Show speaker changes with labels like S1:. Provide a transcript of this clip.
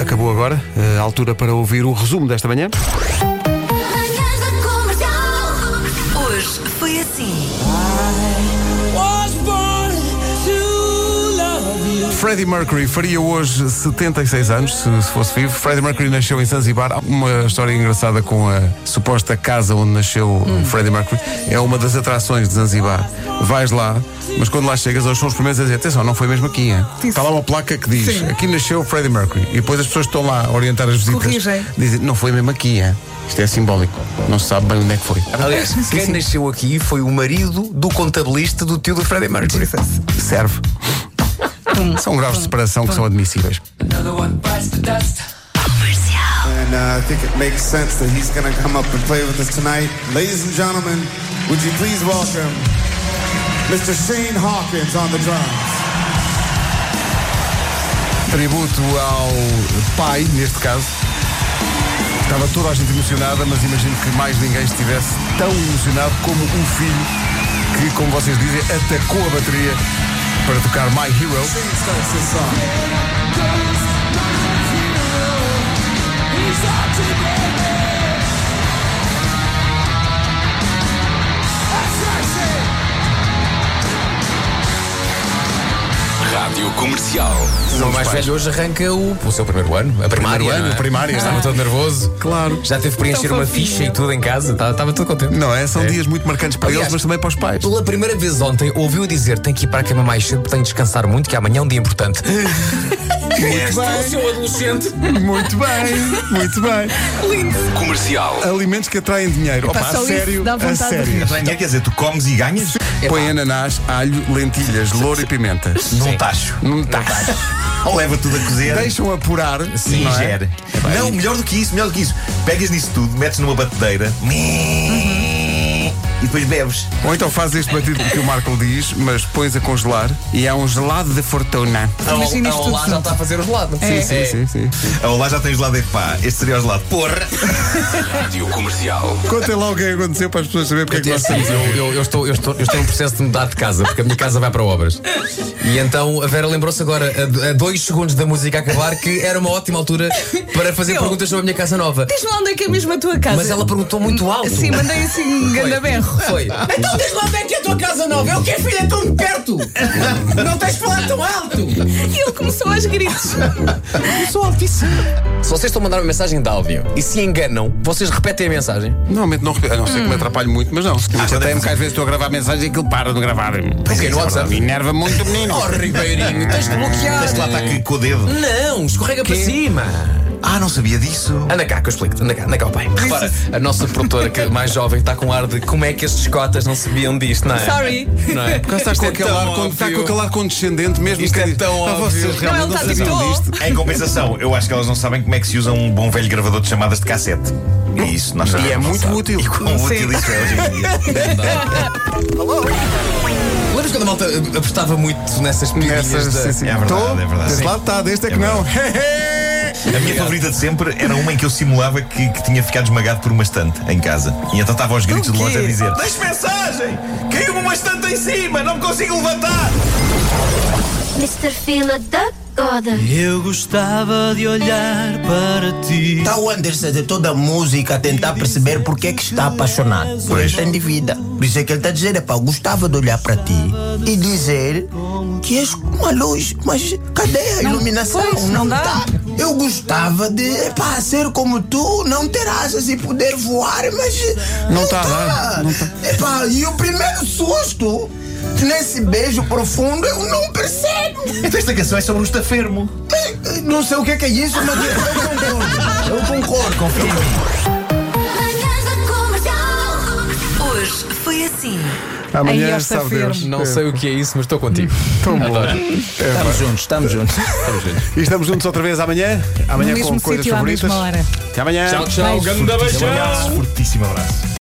S1: Acabou agora, eh, a altura para ouvir o resumo desta manhã.
S2: Manhãs da Comercial. Hoje foi assim.
S1: Freddie Mercury faria hoje 76 anos, se, se fosse vivo. Freddie Mercury nasceu em Zanzibar. Há uma história engraçada com a suposta casa onde nasceu o Freddie Mercury. É uma das atrações de Zanzibar. Vais lá, mas quando lá chegas, eles são os primeiros a dizer: atenção, não foi mesmo aqui. Hein? Está lá uma placa que diz: aqui nasceu o Freddie Mercury. E depois as pessoas que estão lá a orientar as visitas
S3: Corrigem.
S1: dizem: não foi mesmo aqui. Hein? Isto é simbólico. Não se sabe bem onde é que foi.
S4: Aliás, quem nasceu aqui foi o marido do contabilista do tio do Freddie Mercury.
S1: Serve. São graus de separação que são admissíveis.
S5: And uh, I think it makes sense that he's going to come up and play with us tonight. Ladies and gentlemen, would you please welcome Mr. Shane Hawkins on the drums?
S1: Tributo ao pai, neste caso. Estava toda a gente emocionada, mas imagino que mais ninguém estivesse tão emocionado como um filho que, como vocês dizem, atacou a bateria para tocar My Hero.
S5: Shane starts this song.
S6: Rádio Comercial.
S4: O meu mais velho hoje arranca o, o seu primeiro ano, a primária.
S1: Primeiro ano,
S4: não é?
S1: primária.
S4: Estava todo nervoso.
S1: Claro.
S4: Já teve que preencher
S3: Tão
S4: uma
S3: fofinho.
S4: ficha e tudo em casa. Estava, estava tudo contente.
S1: Não é? São dias muito marcantes para
S4: Aliás,
S1: eles, mas também para os pais.
S4: Pela primeira vez ontem ouviu dizer tenho que ir para a cama mais cedo, tenho que descansar muito, que amanhã é um dia importante.
S1: Muito
S4: adolescente.
S1: bem, muito bem, muito bem.
S6: Comercial.
S1: Alimentos que atraem dinheiro. Opa,
S3: só
S1: a
S3: isso
S1: sério,
S3: dá
S1: a
S3: vontade de
S1: sério.
S3: rir.
S7: Quer dizer, tu comes e ganhas
S1: Põe ananás, alho, lentilhas, louro e pimenta.
S7: num tacho.
S1: Num tacho.
S7: Ou leva tudo a cozer
S1: Deixam apurar.
S7: e
S1: não é?
S7: ingere. Não, melhor do que isso, melhor do que isso. Pegas nisso tudo, metes numa batedeira
S1: Uhum.
S7: e depois bebes.
S1: Ou então faz este batido que o Marco diz, mas pões a congelar e há um gelado de fortuna.
S3: Imagina
S4: a
S3: isto tudo
S4: Olá já
S3: junto.
S4: está a fazer o gelado.
S3: É.
S1: Sim, sim, sim.
S7: Ah, lá já tens lado é pá, este seria o gelado. Porra!
S6: Rádio Comercial.
S1: Contem lá o que é que aconteceu para as pessoas saberem porque é que nós estamos.
S4: Eu, eu- eu estou, eu, estou, eu estou em processo de mudar de casa, porque a minha casa vai para obras. E então a Vera lembrou-se agora, a, a dois segundos da música acabar, que era uma ótima altura para fazer
S3: Eu-
S4: perguntas sobre a minha casa nova.
S3: Diz-me lá onde é que é mesmo a tua casa.
S4: Mas ela perguntou muito alto.
S3: Sim, mandei assim um
S4: Foi.
S3: grande berro.
S4: Foi.
S8: Então diz lá onde é que é a tua casa nova. Eu que é filha tão de perto. Não tens de falar tão alto.
S3: E ele começou aos gritos.
S4: Se vocês estão a mandar uma mensagem de áudio e se enganam, vocês repetem a mensagem.
S1: Normalmente não repito. A não ser que me atrapalho muito, mas não. Ah, Até-me que às vezes estou a gravar mensagens e aquilo para de gravar.
S4: Ok, no WhatsApp.
S1: Enerva muito, menino.
S4: Oh, Ribeirinho, tens de bloquear.
S7: Tens de lá estar
S1: É.
S7: aqui com o dedo.
S4: Não, escorrega para cima.
S7: Ah, não sabia disso.
S4: Anda cá, que eu explico. Anda cá, anda cá, ó pai. Repara, a nossa produtora que é mais jovem está com ar de como é que estes cotas não sabiam disto, não é?
S3: Sorry.
S4: Não é?
S1: Porque está
S4: Isto
S1: com,
S4: é
S1: aquele
S4: tão
S1: ar, con- está
S4: óbvio.
S1: com aquele ar condescendente mesmo.
S4: Isto
S1: que
S4: é
S1: diz,
S4: tão
S1: "Ah, vocês
S4: óbvio."
S1: realmente
S3: Não, ele
S1: não
S3: está
S1: sabiam
S3: tipo, "Oh."
S1: disto.
S7: Em compensação, eu acho que elas não sabem como é que se usa um bom velho gravador de chamadas de cassete. E isso nós
S1: E é
S7: sabemos, não
S1: muito
S7: sabe.
S1: útil.
S7: E quão útil isso é hoje em dia.
S4: Lembras quando a malta eh, apostava muito nessas piadinhas
S1: Nessas,
S4: da...
S1: sim, sim.
S7: É verdade,
S1: Estou?
S7: é verdade.
S1: Desse
S7: Sim.
S1: lado está, deste é que não.
S7: A minha favorita de sempre era uma em que eu simulava que, que tinha ficado esmagado por uma estante em casa. E então estava aos gritos de longe a dizer: Deixe mensagem! Caiu-me uma estante em cima! Não me consigo levantar!
S2: Mr. Fila da Goda.
S9: Eu gostava de olhar para ti.
S8: Está Tá o Anderson de toda a música a tentar perceber porque é que está apaixonado. Por
S7: Pois.
S8: esta indivídua. Por isso é que ele está a dizer, epá, eu gostava de olhar para ti e dizer que és uma luz, mas cadê a iluminação?
S3: pois, não dá.
S8: tá. Eu gostava de, epá, ser como tu, não ter asas e poder voar, mas
S1: Não tá a dar, não tá.
S8: Epá, e o primeiro susto nesse beijo profundo eu não percebo.
S7: Então esta canção é sobre um estafermo.
S8: Não sei o que é, que é isso, mas eu concordo. Eu concordo, confio.
S2: Manhãs da Comercial. Hoje foi assim.
S3: Aí
S1: Amanhã
S3: esta
S1: sabe
S3: firma.
S1: Deus.
S4: Não sei o que é isso, mas estou contigo.
S1: Tão bom.
S4: Estamos juntos, estamos juntos.
S1: E estamos juntos outra vez amanhã. Amanhã
S3: No mesmo
S1: com coisas
S3: sítio, à
S1: favoritas.
S3: mesma hora.
S1: Até amanhã.
S4: Tchau, tchau.
S3: Beijo.
S4: Ganda beijão.
S7: Fortíssimo abraço.